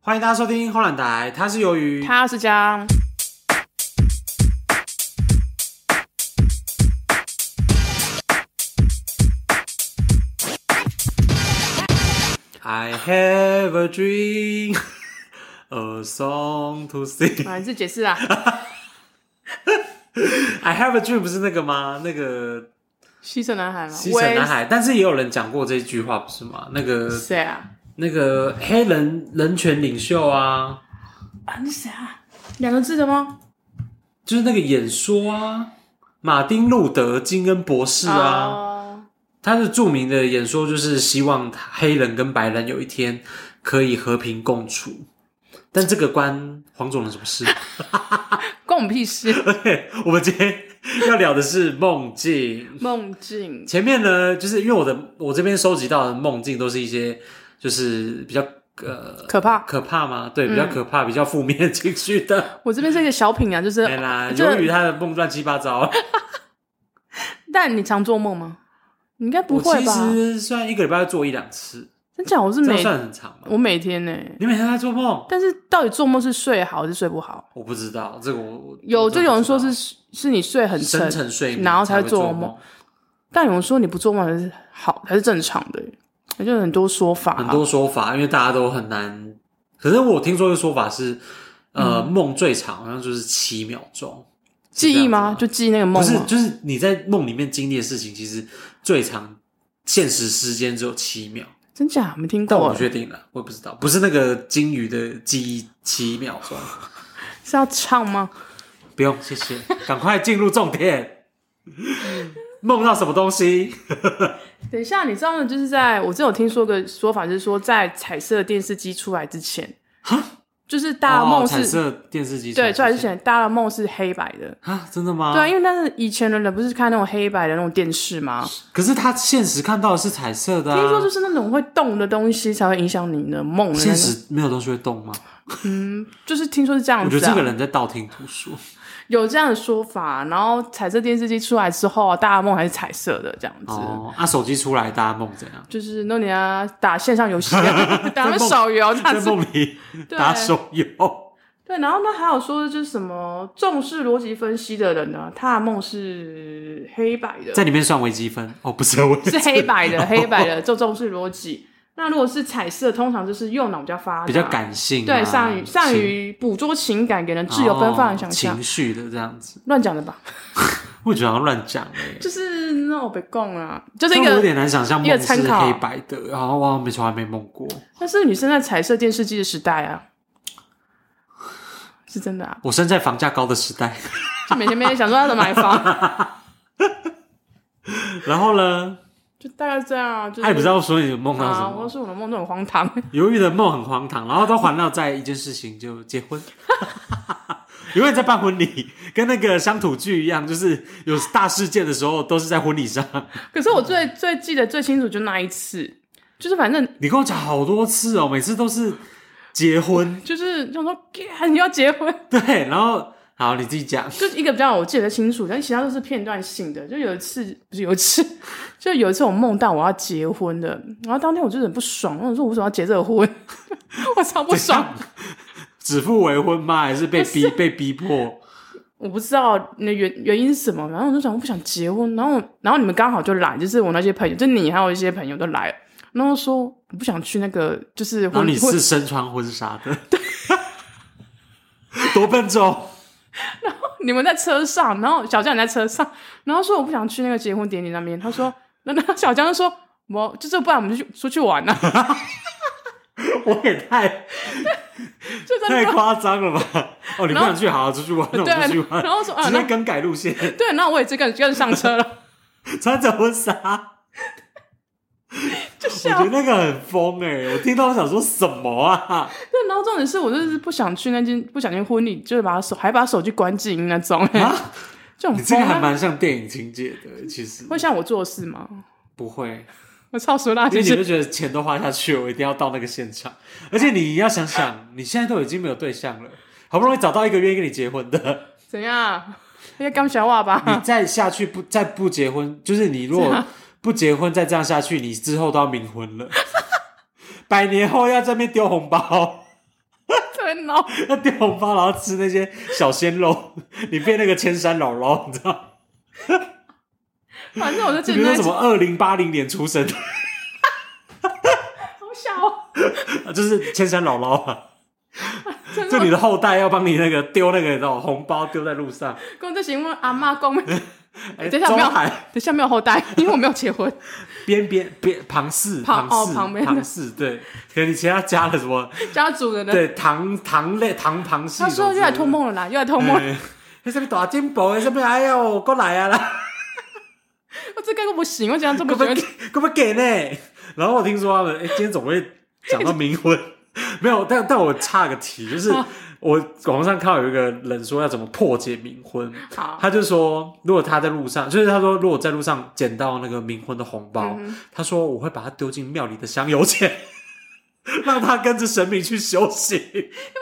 欢迎大家收听后懒台，它是由于他是将 I have a dream, a song to sing。啊，你是解释啊？ I have a dream 不是那个吗？那个西城男孩吗？西城男喂孩，但是也有人讲过这句话，不是吗？那个谁啊？那个黑人人权领袖啊，啊，你是谁啊？两个字的吗？就是那个演说啊，马丁路德金恩博士啊。哦他的著名的演说就是希望黑人跟白人有一天可以和平共处，但这个关黄总的什么事？关我们屁 事。而且我们今天要聊的是梦境。梦境前面呢，就是因为我的我这边收集到的梦境都是一些就是比较呃可怕。嗯可怕吗？对，比较可怕、比较负面情绪 的。我这边是一个小品啊，就是对啦，就由于他的梦乱七八糟，但你常做梦吗？你应该不我会其吧？实算一个礼拜做一两次，真假？我是这样每算很长吗？我每天呢、你每天在做梦？但是到底做梦是睡好还是睡不好？我不知道这个我，我有我真就的有人不知道说是是你睡很深沉，沉睡眠，然后才才会会做做梦。但有人说你不做梦还是好，还是正常的、欸，就很多说法、啊。很多说法，因为大家都很难。可是我听说的说法是，呃，梦最长好像就是七秒钟，是嗯这记样忆子吗？就记忆那个啊不梦是，吗？就是你在梦里面经历的事情，其实最长现实时间只有七秒。真假没听但我过不，确定了，我也不知道，不是那个金鱼的记忆七秒钟。是要唱吗？不用，谢谢，赶快进入重点。梦到什么东西？等一下，你知道吗？就是在我之前有听说个说法，就是说在彩色电视机出来之前，就是大家的哦啊梦彩是、色电视机对出来之之前前，大家的梦是黑白的。啊，真的吗？对啊，因为但是以前的人不是看那种黑白的那种电视吗？可是他现实看到的是彩色的、啊，听说就是那种会动的东西才会影响你的梦的那现种，实没有东西会动吗？就是听说是这我样子、觉啊。得这个人在道听途说，有这样的说法，然后彩色电视机出来之后啊，大家的梦还是彩色的这样子。哦，啊，手机出来大家梦怎样？就是那年啊，打线上游 戏、啊，打那手游这样在子。梦里对打手游，对，然后呢，还有说就是什么重视逻辑分析的人呢，他的梦是黑白的，在里面算微积分哦，不是微积是黑 白的，黑白的就重视逻辑。那如果是彩色，通常就是右脑比较发达，比较感性、啊，对，善于善情于捕捉情感，给人自由奔放的哦想象。情绪的这样子，乱讲的吧，我觉得好像乱讲哎。就是那我被供啊，就是但一我有个。点难想象一个梦是参考黑白的，然后我好像没从来没梦过。但是女生在彩色电视机的时代啊，是真的啊，我生在房价高的时代， 就每天每天想说要怎么买房， 然后呢，就大概这样啊。就是、他也不知道说你梦到什啊，么我。要说我的梦都很荒唐。犹豫的梦很荒唐，然后都环绕在一件事情，就结婚。 永远在办婚礼，跟那个乡土剧一样，就是有大事件的时候都是在婚礼上。可是我最最记得最清楚就那一次，就是反正你跟我讲好多次哦，每次都是结婚， 就是想说，干你要结婚，对，然后好你自己讲，就是一个比较我记得清楚，但其他都是片段性的。就有一次，不是有一次， 就有一次我梦到我要结婚的，然后当天我就很不爽，我说我为什么要结这个婚？ 我超不爽， 指腹为婚吗？还是被逼被逼迫？我不知道你的原原因是什么，然后我就想我不想结婚，然后然后你们刚好就来，就是我那些朋友，就你还有一些朋友都来了，然后说我不想去那个就是然后婚你婚是身穿婚纱的， 多笨重！你们在车上，然后小江也在车上，然后说我不想去那个结婚典礼那边，他说 那那小江就说我就是不然我们就去出去玩 啊， 我也 太就在太那夸张了吧？哦，你不想去，好好出去玩，那我们出去对，玩然，后说啊直接那更改路线。对，那我也这个跟上车了， 穿着婚 纱，我就笑觉得那个很疯哎、我听到我想说什么 啊？对，然后重点是我就是不想去那间不想去婚礼，就是把手还把手机关静音那种、 啊，就很你这个疯还啊。蛮像电影情节的，其实会像我做的事吗？不会，我超熟啦，因为其你实 就觉得钱都花下去了，我一定要到那个现场。而且你要想想，你现在都已经没有对象了，好不容易找到一个愿意跟你结婚的，怎样？应该刚小话你 吧？再下去不再不结婚，就是你如啊果不结婚再这样下 去，你之后都要冥婚了，百年后要在那边丢红包。 干捞，要掉红包，然后吃那些小鲜肉， 你变那个千山姥姥，你知道？反正我就就记比得如说什那一集么二零八零年出生， 好小哦，就是千山姥姥 啊。真就的你的后代要帮你那个丢那个你知道红包丢在路上，跟这询问阿妈公， 等哎，等一下中没有海一下没有后代，因为我没有结婚， 边边边庞氏旁哦氏旁边的庞氏对，可能你其他加了什么家主人 的，对糖糖类糖螃蟹，他说又来托梦了啦，又来托梦了，哎，那什么大金宝，什么哎呦，过来 啊啦，我这个不行，我讲这么可不久可， 可不给呢？然后我听说他们哎，今天总会讲到冥婚， 没有，但但我差个题，就是好我网上看到有一个人说要怎么破解冥婚， 好，他就说，如果他在路上，就是他说，如果在路上捡到那个冥婚的红包，嗯他说我会把它丢进庙里的香油钱， 让他跟着神明去修行，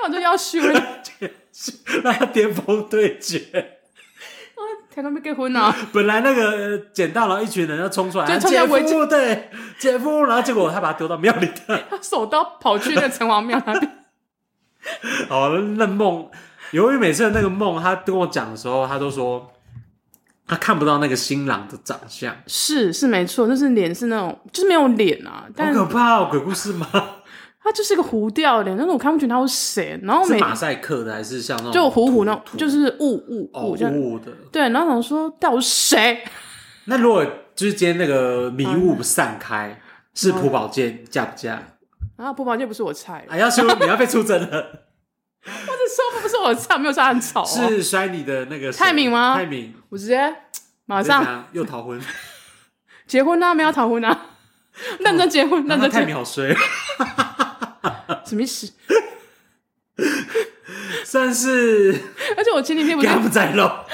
要么就要修了，哦 让他巅峰对决。才刚被结婚呢，本来那个呃捡到了一群人要冲出来，就啊冲向姐围夫对姐夫，然后结果他把它丢到庙 里的。他手刀跑去那个城隍庙那边， 哦，那梦，由于每次的那个梦，他跟我讲的时候，他都说他看不到那个新郎的长相，是是没错，就是脸是那种就是没有脸啊，好但可怕哦！鬼故事 吗？他就是个糊掉脸，但是我看不清他是谁，然后是每马赛克的还是像那种就糊糊那土土种，就是雾雾哦雾，就雾的？对，然后想说到底是谁？ 那如果就是今天那个迷雾散嗯开，是朴宝剑嫁不嫁？然后朴宝剑不是我菜，啊，要出你要被出征 了，我只说 不是我菜，没有说他很吵、哦，是摔你的那个谁泰敏吗泰敏我直接马上啊又逃 婚，结婚啊，没有逃婚啊，认真结婚，认哦那真结泰婚，敏好衰，什么意思？ 算是而且我前几天不是给，他们宰了，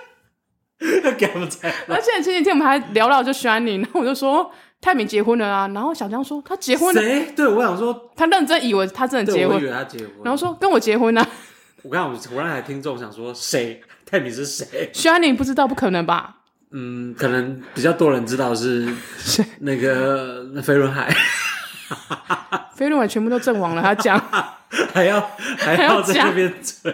给他们宰了。 而且前几天我们还聊到就徐安宁，然后我就说泰敏结婚了啊，然后小江说他结婚了，谁？对我想说，他认真以为他真的对结我以婚，为他结婚，然后说跟我结婚啊， 我刚我我刚才听众想说谁？泰敏是谁？徐安宁不知道不可能吧？ 嗯，可能比较多人知道是那个那飞轮海， 飞轮海全部都阵亡了，他讲。 还要还还要要在加那边吹。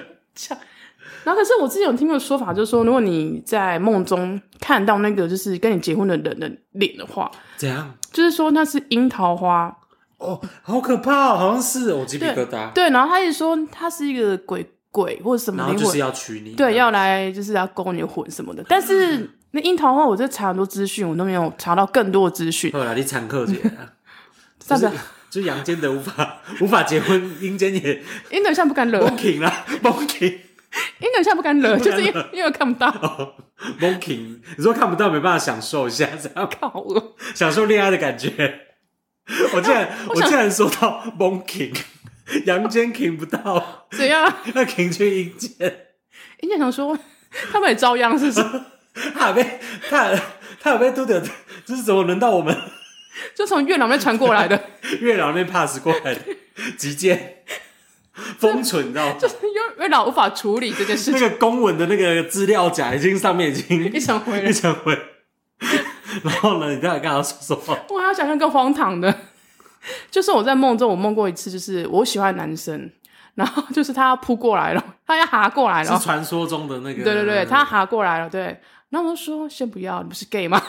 然后，可是我之前有听过说法，就是说，如果你在梦中看到那个就是跟你结婚的人的脸的话，怎样？就是说那是樱桃花。哦，好可怕、哦，好像是哦，鸡皮疙瘩。对，然后他一直说他是一个鬼鬼或者什么然后灵就魂，是要娶你，对，要来就是要勾你的魂什么的。但嗯是那樱桃花，我在查很多资讯，我都没有查到更多的资讯。后来你惨客姐，啊 代表就阳间的无法无法结婚，阴间也樱桃现在不敢 惹， monkey 啦，monkey 樱桃现在不敢惹，不敢惹就是因为因为看不到，哦，monkey，你说看不到没办法享受一下，这样靠我，享受恋爱的感觉。 我竟然我竟然说到 monkey，阳间 king 不到，怎样？要 king 去阴间。樱桃想说他们也遭殃， 是不是？他有被他有他有被嘟的，就是怎么轮到我们就从越南那边传过来 的。月老那边 pass 过来的急 件封存，你知道吗？因为老无法处理这件事那 情，个公文的那个资料夹已经上面已经一想回来一，成灰。 然后呢，你到底刚刚说什么？我还要想象更荒唐的，就是我在梦中，我梦过一次，就是我喜欢的男生，然后就是他要扑过来了，他要爬过来了是，传说中的那个？对对对，他爬过来了，对，然后我就说先不要，你不是 gay 吗？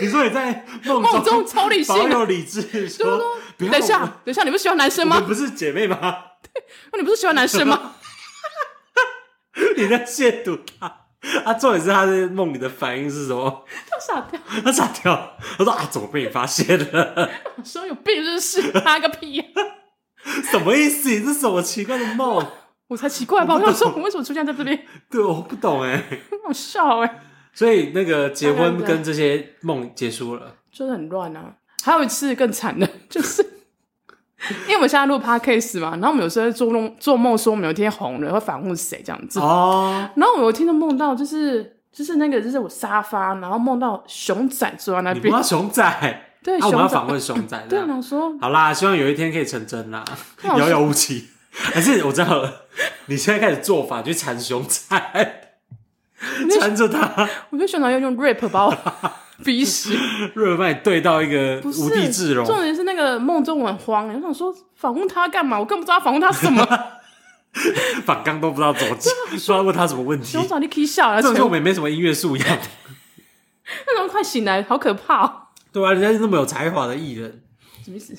你说你在梦梦中超理性保的，有理智，就是说说不要等一下我们，等一下，你不是喜欢男生我吗们？不是姐妹吗？ 你不是喜欢男生吗？你在亵渎他。啊，重点是他在梦里的反应是什么？他傻掉，他傻掉，他说啊，怎么被你发现了？ 我说有病是不是？他个屁呀、什么意思？这是什么奇怪的梦？我才奇怪吧，我想说我为什么出现在这边，对，我不懂哎。很好笑哎、所以那个结大婚概这样跟这些梦结束了，就是很乱啊。还有一次更惨的，就是 因为我们现在录 podcast 嘛，然后我们有时候在做梦做梦说我们有一天红了，会反问谁这样子。哦，然后我有一天就梦到，就是就是那个就是我沙发，然后梦到熊仔坐在那你不边要，熊仔，啊，对，我们要熊访仔，问熊仔这对，啊样。然后说好啦，希望有一天可以成真啦，老师遥遥无期。还是我知道了，你现在开始做法去缠熊仔，缠着他，我觉得熊仔要用 rap 把我逼死。瑞文把你对到一个不 是无地自容，重点是那个梦中我很慌，欸我想说访问他干嘛？我更不知道访问他 什么。反刚都不知道怎么接，不知道问他什么问题熊。掌你可以笑了，这种那是我种们也没什么音乐素养，快醒来，好可怕、哦！对啊吧、人家是那么有才华的艺人，什么意思？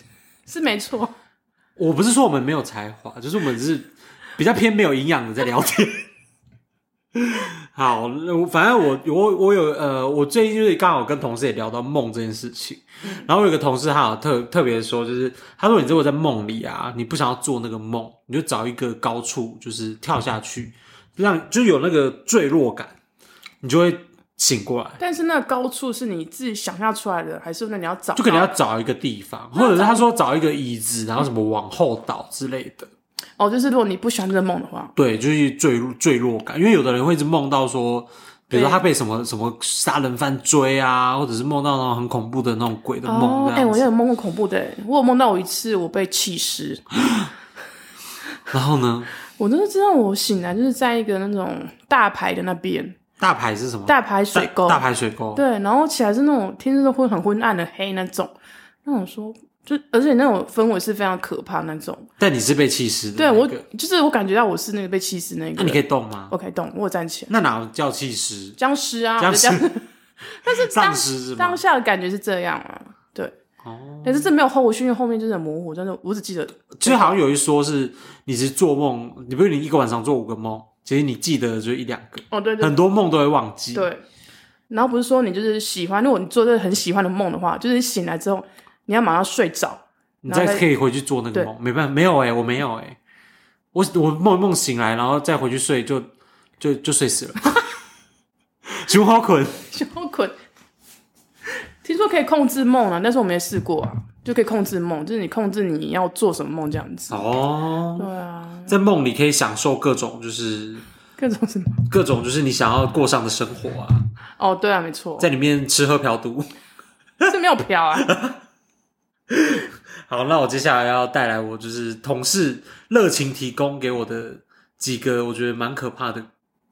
是没错，我不是说我们没有才华， 就是我们是比较偏没有营养的在聊天。 好，那我反正我我我有呃，我最近就是刚好跟同事也聊到梦这件事情，然后我有个同事他有特特别说，就是他说你如果在梦里啊，你不想要做那个梦，你就找一个高处，就是跳下去，让就有那个坠落感，你就会醒过来。但是那个高处是你自己想象出来的，还是那你要找到？就可能要找一个地方，或者是他说找一个椅子，然后什么往后倒之类的。哦，就是如果你不喜欢这个梦的话，对，就是坠入坠落感，因为有的人会一直梦到说，比如说对他被什么什么杀人犯追啊，或者是梦到那种很恐怖的那种鬼的梦啊哦，这哎、样我子。也有梦过恐怖的、欸，我有梦到我一次我被气尸，然后呢，我真的知道我醒来就是在一个那种大排的那边，大牌是什么？大排水沟，大牌水沟。对，然后起来是那种天色都会很昏暗的黑那种，那种说就而且那种氛围是非常可怕那种，但你是被气死的对那我嗯个。就是我感觉到我是那个被气死那那个你人，可以动吗？我可以动，我有站起来，那哪叫气尸？僵尸 啊，僵尸我就这样但是丧当尸是吗 当？下的感觉是这样啊，对，哦，但是这没有后续，因为后面就是很模糊，真的我只记得就是好像有一说是你是做梦，你比如你一个晚上做五个梦，其实你记得的就一两个，哦对对很多梦都会忘记。对，然后不是说你就是喜欢，如果你做这个很喜欢的梦的话，就是醒来之后你要马上睡着。你然后再再可以回去做那个梦，没办法，没有哎、我没有哎、我我梦一梦醒来，然后再回去睡，就就就睡死了。 熊好困， 小滚！听说可以控制梦啊，但是我没试过啊，就可以控制梦，就是你控制你要做什么梦这样子。哦，对啊，在梦里可以享受各种就是各种什么？各种就是你想要过上的生活啊，哦，对啊，没错，在里面吃喝嫖赌。 是没有嫖啊。好，那我接下来要带来我就是同事热情提供给我的几个我觉得蛮可怕的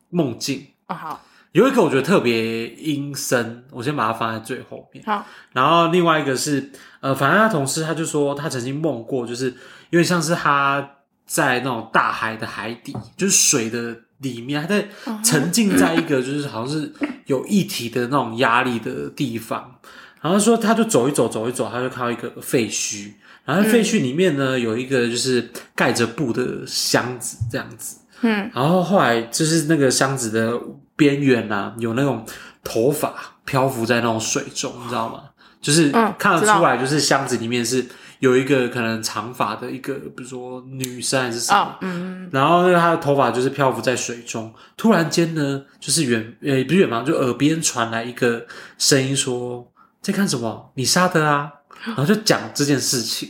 梦境，啊、好有一个我觉得特别阴森，我先把它放在最后面。好，然后另外一个是，呃，反正他同事他就说他曾经梦过，就是有点像是他在那种大海的海底，就是水的里面，他在沉浸在一个就是好像是有一体的那种压力的地方。然后说他就走一走，走一走，他就看到一个废墟，然后废墟里面呢、有一个就是盖着布的箱子这样子。嗯，然后后来就是那个箱子的边缘啊，有那种头发漂浮在那种水中，你知道吗？就是嗯看得知道出来，就是箱子里面是有一个可能长发的一个，比如说女生还是什么哦，，嗯，然后呢，她的头发就是漂浮在水中。突然间呢，就是远呃不是远方，就耳边传来一个声音说：“在看什么？你杀的啊！”然后就讲这件事情。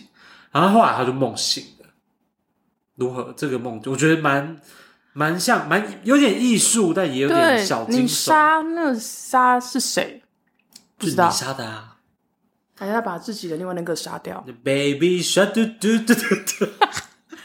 然后后来她就梦醒了。如何？这个梦我觉得蛮蛮像，蛮有点艺术，但也有点对小，惊你悚。杀那个杀是谁？就不是知道你，杀的啊还是他把自己的另外那个杀掉？ The baby shark，嘟嘟嘟嘟嘟。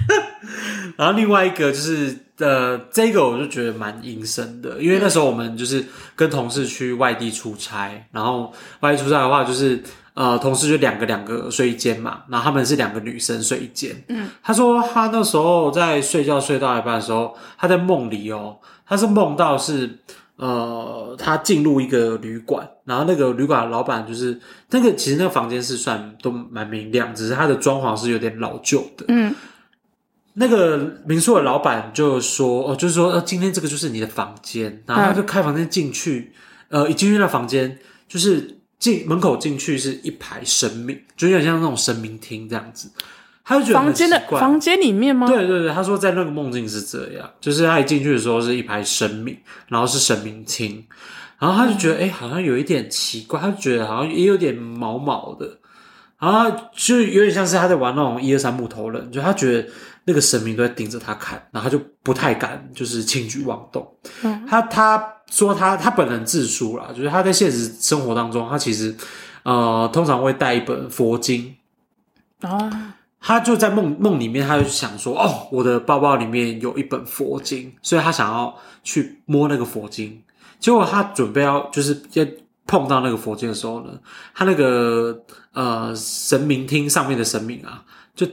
然后另外一个就是呃，这个我就觉得蛮阴森的，因为那时候我们就是跟同事去外地出差，然后外地出差的话就是呃，同事就两个两个睡一间嘛，然后他们是两个女生睡一间。嗯，他说他那时候在睡觉睡到一半的时候，他在梦里哦，他是梦到是呃，他进入一个旅馆，然后那个旅馆的老板就是那个，其实那个房间是算都蛮明亮，只是它的装潢是有点老旧的。嗯，那个民宿的老板就说，哦，就是说，呃，今天这个就是你的房间，然后嗯他就开房间进去，呃，一进去那房间就是进门口进去是一排神明，就有点像那种神明厅这样子，他就觉得房很间奇的怪。房间里面吗？对对对，他说在那个梦境是这样，就是他一进去的时候是一排神明，然后是神明厅，然后他就觉得哎、诶好像有一点奇怪，他就觉得好像也有点毛毛的，然后他就有点像是他在玩那种一二三木头人，就他觉得那个神明都在盯着他看，然后他就不太敢就是轻举妄动。嗯他他说他他本人自述啦，就是他在现实生活当中，他其实呃通常会带一本佛经，啊，他就在梦梦里面，他就想说，哦，我的包包里面有一本佛经，所以他想要去摸那个佛经。结果他准备要就是要碰到那个佛经的时候呢，他那个呃神明厅上面的神明啊，就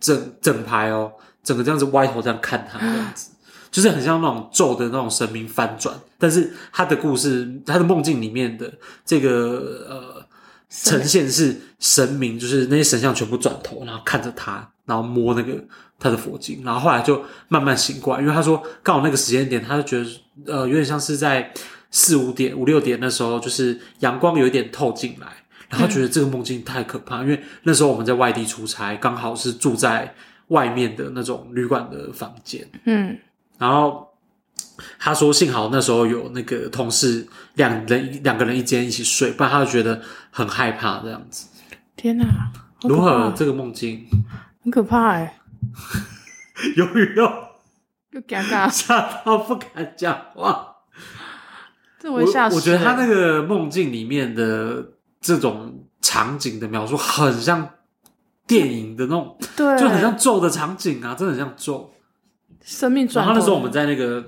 整整排哦，整个这样子歪头这样看他这样子，就是很像那种咒的那种神明翻转，但是他的故事，他的梦境里面的这个呃神呈现是神明，就是那些神像全部转头，然后看着他，然后摸那个他的佛经，然后后来就慢慢醒过来，因为他说刚好那个时间点，他就觉得呃有点像是在四五点五六点那时候，就是阳光有一点透进来，然后他觉得这个梦境太可怕，因为那时候我们在外地出差，刚好是住在外面的那种旅馆的房间，嗯，然后他说幸好那时候有那个同事两人两个人一间一起睡，不然他就觉得很害怕这样子。天哪、好可如怕何这个梦 境很可怕哎、由于要又尴尬，哦吓到不敢讲话？这我会吓死。我觉得他那个梦境里面的这种场景的描述，很像电影的那种，对，就很像咒的场景啊，真的很像咒。生命转然后头。那时候我们在那个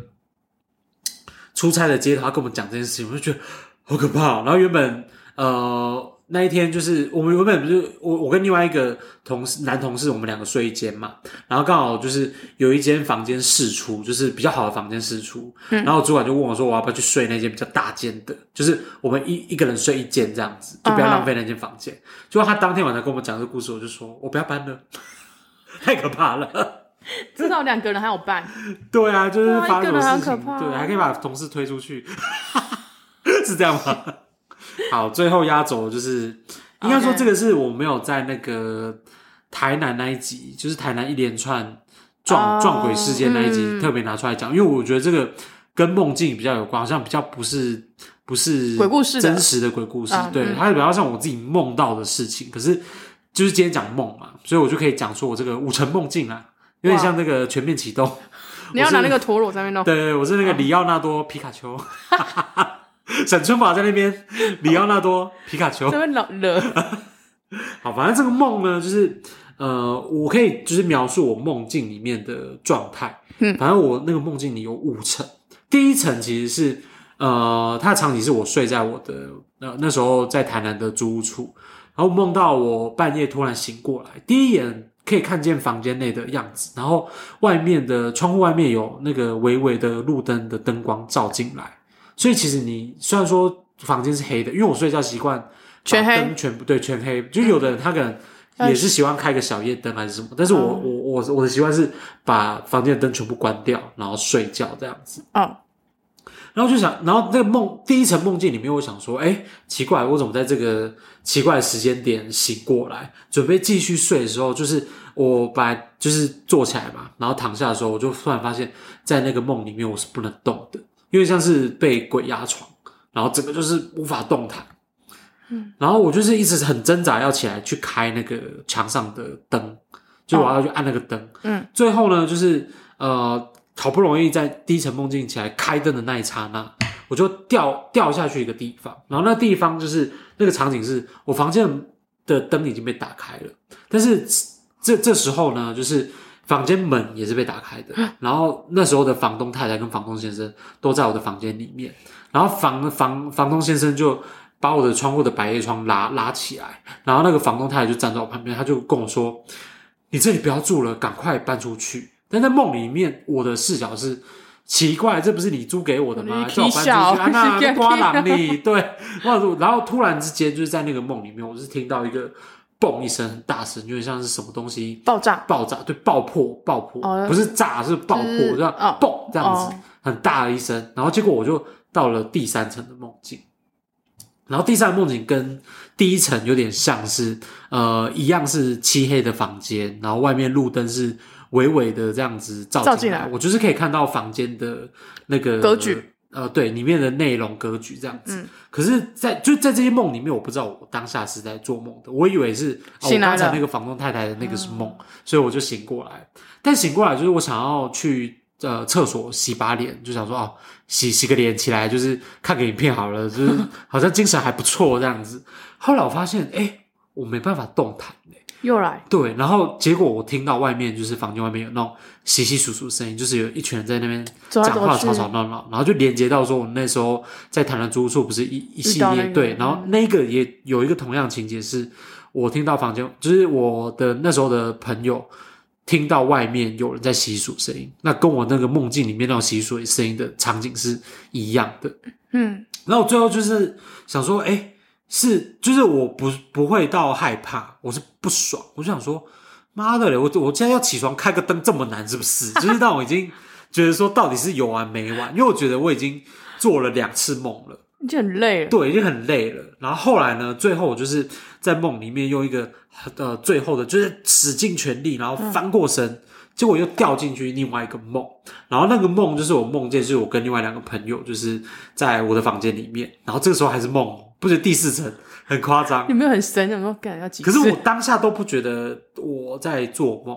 出差的街头，他跟我们讲这件事情，我就觉得好可怕哦。然后原本呃那一天就是我们原本不是我我跟另外一个同事男同事，我们两个睡一间嘛，然后刚好就是有一间房间试出，就是比较好的房间试出，嗯然后主管就问我说我要不要去睡那间比较大间的，就是我们一一个人睡一间这样子，就不要嗯嗯浪费那间房间。结果他当天晚上跟我们讲这个故事，我就说我不要搬了， 太可怕了。 至少两个人还有 伴，对啊，就是对啊发生什么事情，一个人很可怕对，还可以把同事推出去， 是这样吗？ 好，最后压轴就是，应该说 OK 这个是我没有在那个台南那一集，就是台南一连串撞、哦撞鬼事件那一集嗯特别拿出来讲，因为我觉得这个跟梦境比较有关，好像比较不是不是鬼故事的真实的鬼故事，啊对，嗯它比较像我自己梦到的事情，可是。就是今天讲梦嘛，所以我就可以讲出我这个五层梦境啊，有点哇像那个全面启动，你要拿那个陀螺在那边弄。对对，我是那个里奥纳多皮卡丘， 沈春宝在那边，里奥纳多皮卡丘这。边冷冷，好，反正这个梦呢，就是呃，我可以就是描述我梦境里面的状态。嗯反正我那个梦境里有五层，第一层其实是呃，它的场景是我睡在我的呃那时候在台南的租屋处，然后梦到我半夜突然醒过来，第一眼。可以看见房间内的样子，然后外面的窗户外面有那个微微的路灯的灯光照进来，所以其实你虽然说房间是黑的，因为我睡觉习惯把全黑灯全部对全黑，就有的人他可能嗯也是喜欢开个小夜灯还是什么，但是我、哦我我我的习惯是把房间的灯全部关掉，然后睡觉这样子。哦，然后就想，然后那个梦第一层梦境里面，我想说，哎，奇怪，我怎么在这个奇怪的时间点醒过来？准备继续睡的时候，就是我本来就是坐起来嘛，然后躺下的时候，我就突然发现，在那个梦里面我是不能动的，因为像是被鬼压床，然后整个就是无法动弹。嗯，然后我就是一直很挣扎要起来去开那个墙上的灯，就我要去按那个灯。哦嗯，最后呢，就是呃，好不容易在第一层梦境起来开灯的那一刹那，我就掉掉下去一个地方，然后那地方就是那个场景是我房间的灯已经被打开了，但是这这时候呢，就是房间门也是被打开的，然后那时候的房东太太跟房东先生都在我的房间里面，然后房房房东先生就。把我的窗户的百叶窗拉拉起来，然后那个房东太太就站在我旁边，他就跟我说：“你这里不要住了，赶快搬出去。但在梦里面，我的视角是奇怪，这不是你租给我的吗？你叫我搬出去啊，那踢笑是瓜狼 你对，然后然后突然之间就是在那个梦里面，我是听到一个嘣一声很大声，有点像是什么东西爆炸，爆炸，对，爆破，爆破，哦不是炸，是爆破，就是这样哦嘣这样子、哦很大的一声，然后结果我就到了第三层的梦境，然后第三层梦境跟第一层有点像是，呃，一样是漆黑的房间，然后外面路灯是微微的这样子照照进进来，来我就是可以看到房间的那个格局。呃，对，里面的内容格局这样子，嗯可是在，就在这些梦里面，我不知道我当下是在做梦的，我以为是、哦、我醒来刚才了嗯那个房东太太的那个是梦，所以我就醒过来。但醒过来就是我想要去呃厕所洗把脸，就想说哦，洗洗个脸起来，就是看个影片好了，就是好像精神还不错这样子。后来我发现，哎、我没办法动弹、欸，又来，对，然后结果我听到外面就是房间外面有那种稀稀疏疏的声音，就是有一群人在那边走来讲走话去吵，吵闹闹，然后就连接到说，我那时候在谈的租屋处不是一一系遇到那列个嗯对，然后那个也有一个同样情节是，我听到房间，就是我的那时候的朋友听到外面有人在洗漱声音，那跟我那个梦境里面那种洗漱声音的场景是一样的。嗯，然后我最后就是想说，哎，是就是我不不会到害怕，我是不爽，我就想说，妈的嘞，我我现在要起床开个灯这么难是不是？ 就是让我已经觉得说到底是有完没完，因为我觉得我已经做了两次梦了。已经很累了，对，已啊经很累了。然后后来呢，最后我就是在梦里面用一个呃最后的，就是使尽全力，然后翻过身，结果又掉进去另外一个梦。然后那个梦就是我梦见，就是我跟另外两个朋友，就是在我的房间里面。然后这个时候还是梦，不觉得第四层很夸张有？没有很神？想说干要几可次？是我当下都不觉得我在做梦，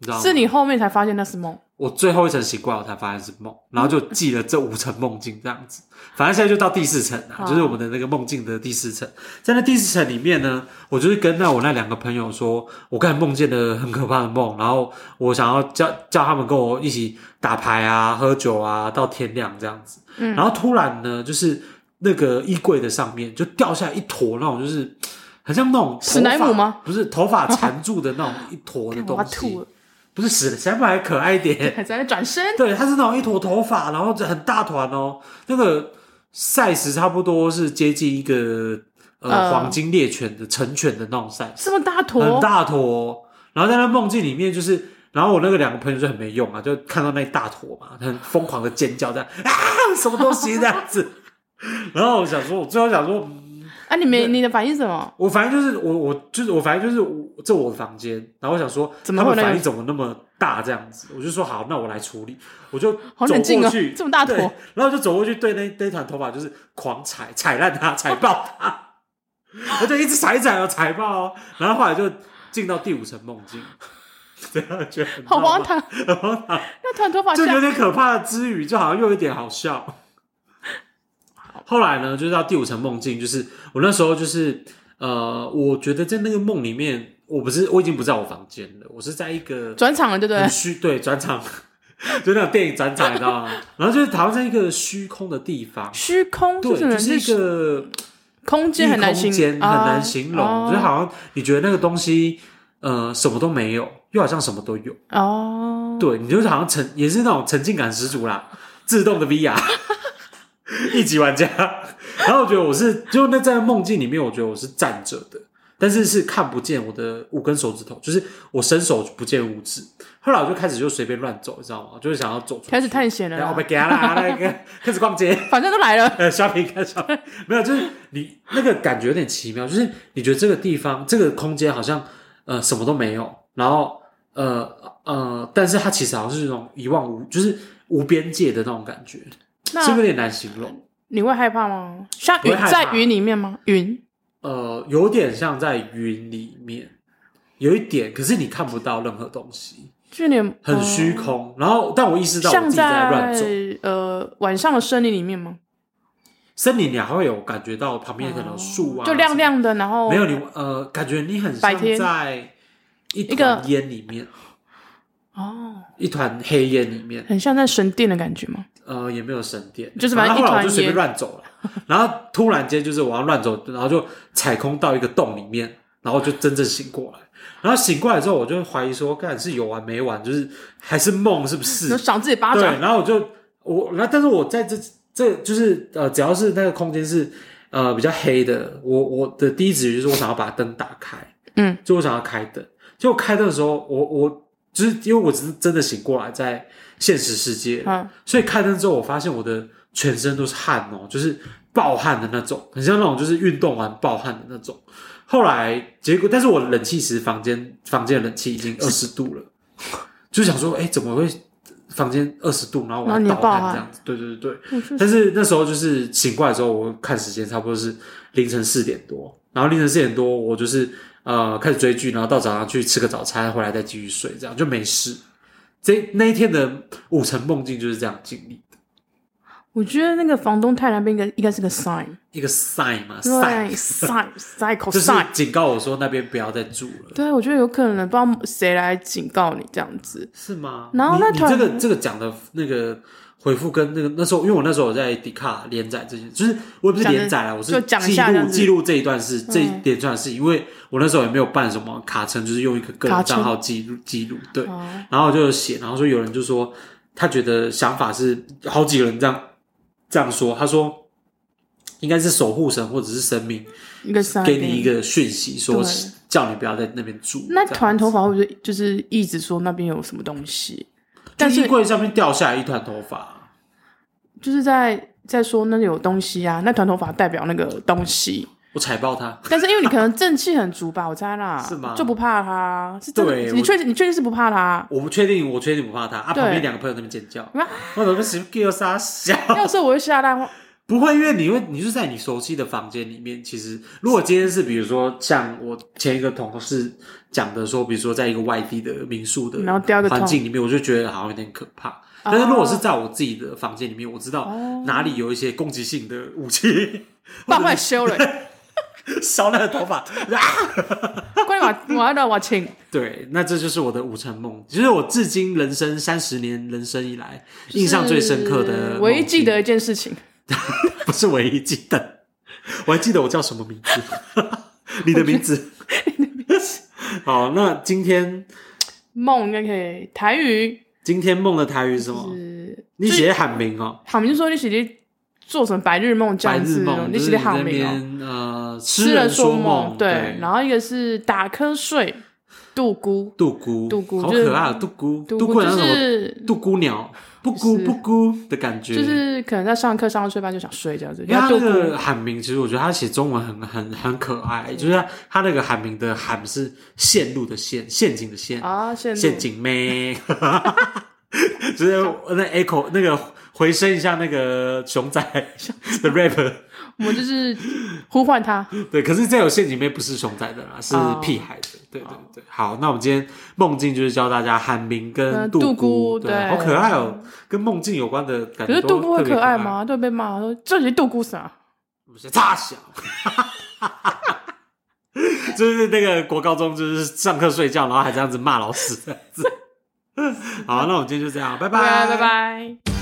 你知道吗？是你后面才发现那是梦，我最后一层醒过来，我才发现是梦，然后就记了这五层梦境这样子。反正现在就到第四层了、好就是我们的那个梦境的第四层。在那第四层里面呢，我就是跟那我那两个朋友说，我刚才梦见了很可怕的梦，然后我想要叫叫他们跟我一起打牌啊、喝酒啊，到天亮这样子。嗯然后突然呢，就是那个衣柜的上面就掉下一坨那种，就是很像那种头史莱姆发吗？不是，头发缠住的那种一坨的干 我东要西吐。了，不是史莱姆还可爱一点，还在那转 身，对，它是那种一坨头发，然后很大团哦，那个 size 差不多是接近一个呃、呃黄金猎犬的成犬的那种 size，这么大很坨，大坨。哦然后在那梦境里面，就是，然后我那个两个朋友就很没用啊，就看到那一大坨嘛，很疯狂的尖叫这样啊，什么东西这样子。 然后我想说，我最后想说，嗯啊，你没你的反应是什么？我反正就是我我就是我反正就是我这我的房间，然后我想说怎么他会们有那个反应怎么那么大这样子，我就说好，那我来处理，我就好走冷静过哦去，，这么大坨对，，然后就走过去对那那团头发就是狂踩踩烂它，踩爆它，我就一直踩一直踩哦，踩爆哦，然后后来就进到第五层梦境， 这样觉得很好闹荒吗，唐，很荒唐，那团头发就有下，点可怕的之余，就好像又有一点好笑。后来呢，就是到第五层梦境，就是我那时候就是呃，我觉得在那个梦里面，我不是我已经不在我房间了，我是在一个转场了，对不对很？虚，对，转场， 就那种电影转场，你知 道吗？然后就是好像在一个虚空的地方，虚空对，可能就是一个空异间很难空形间很难啊形容，哦就是好像你觉得那个东西，呃，什么都没有，又好像什么都有，哦，对，你就是好像沉，也是那种沉浸感十足啦，自动的 VR，一级玩家。然后我觉得我是，就那在梦境里面，我觉得我是站着的，但是是看不见我的五根手指头，就是我伸手不见五指。后来我就开始就随便乱走，你知道吗？就是想要走出去开始探险了然后啦我，被给啦，那个 开始逛街。反正都来了，呃，刷屏看刷屏，没有，就是你那个感觉有点奇妙，就是你觉得这个地方、这个空间好像呃什么都没有，然后呃呃，但是它其实好像是那种一望无，就是无边界的那种感觉，是不是有那点难形容？你会害怕吗？像不会云害怕在云里面吗？云呃，有点像在云里面，有一点，可是你看不到任何东西，就有点很虚，哦空。然后，但我意识到我像自己在乱走。呃晚上的森林里面吗？森林你还会有感觉到旁边可能有树啊，就亮亮的，然后没有你呃，感觉你很哦白像天在一一团个烟里面，哦，一团黑烟里面，很像在神殿的感觉吗？呃，也没有神殿，就是反反正正后来我就一团烟随便乱走了，然后突然间就是我要乱走，然后就踩空到一个洞里面，然后就真正醒过来。然后醒过来之后，我就怀疑说，干是有完没完，就是还是梦是不是？能赏自己巴对，掌，然后我就我那，但是我在这这就是呃，只要是那个空间是呃比较黑的，我我的第一直觉就是我想要把灯打开，嗯，就我想要开灯。结果开灯的时候，我我就是因为我只是真的醒过来在现实世界，嗯，所以开灯之后，我发现我的全身都是汗哦，就是暴汗的那种，很像那种就是运动完暴汗的那种。后来结果，但是我冷气其实房间房间的冷气已经二十度了，就想说，哎、怎么会房间二十度，然后我然后还你倒暴汗汗这样子？对对对对。我就但是那时候就是醒过来之后，我看时间差不多是凌晨四点多，然后凌晨四点多我就是呃开始追剧，然后到早上去吃个早餐，回来再继续睡，这样就没事。这那一天的五层梦境就是这样经历。我觉得那个房东太那边应该应该是个 sign，一个 sign 嘛对，sign， ，sign cycle 就是 sign，警告我说那边不要再住了，对，我觉得有可能不知道谁来警告你这样子，是吗？然后你那你团这个这个讲的那个回复跟那个那时候，因为我那时候有在迪卡连载这些，就是我也不是讲的连载啦，我是就讲一记下这录样子嗯记录这一段事，这一连串的事，因为我那时候也没有办什么卡称，就是用一个个卡人称账号记录记录，对，哦，然后我就有写，然后说有人就说他觉得想法是好几个人这样这样说，他说应该是守护神或者是神明一个 sign 给你一。个讯息，说啊对叫你不要在那边住。那这样团头发会不会就是一直说那边有什么东西？但就是衣柜上面掉下来一团头发，就是在在说那里有东西啊，那团头发代表那个东西。我踩爆它。但是因为你可能正气很足吧，我猜 啦，是吗就不怕他，是真的对。你我确定？你确定是不怕他？我不确定，我确定不怕它啊！对旁边两个朋友在那边尖叫，哇我怎么什么 g i 杀小？要是我会吓烂， 不会，因为你会，你是在你熟悉的房间里面。其实，如果今天是比如说像我前一个同事讲的说，比如说在一个外地的民宿的然后掉一个环桶哦境里面，我就觉得好像有点可怕。 但是如啊果是在我自己的房间里面，我知道哪里有一些攻击性的武器， 爸快修了，烧那个头发，快点我我要我请。对，那这就是我的五层梦，就是我至今人生三十年人生以来印象最深刻的是梦唯一记境得一件事情，不是唯一记得，我还记得我叫什么名字， 你的名字， 好，那今天梦应该可以台语今天梦的台语是什么？是，你写喊名哦，好，你就说你写的做成白日梦这白样日子哦，梦，你就是写你的在好那名哦。边呃，痴人人说梦，对，然后一个是打瞌睡，杜姑，杜姑，杜姑好就是可爱啊，杜姑，杜姑姑好就像什么是杜姑鸟，不咕是不咕的感觉，就是可能在上课上到睡半就想睡这样子，因为他杜那姑个喊名，其实我觉得他写中文很很很可嗯爱，就是他他那个喊名的喊是陷入的陷，陷阱的陷，啊陷入陷阱妹， 就是那 echo 那个回声一下那个熊仔 的 rap，我们就是呼 唤他，对，可是这有陷阱妹不是熊仔的啦，是哦屁孩的，对对对。好，那我们今天梦境就是教大家喊名跟嗯杜杜姑，姑对，对好可爱哦，跟梦境有关的感可觉是都杜姑特会别可可爱？吗？都被骂说这是杜姑啥？不是差小， 就是那个国高中，就是上课睡 觉，然后还这样子骂老师这样子。好，那我们今天就这样，拜拜拜拜。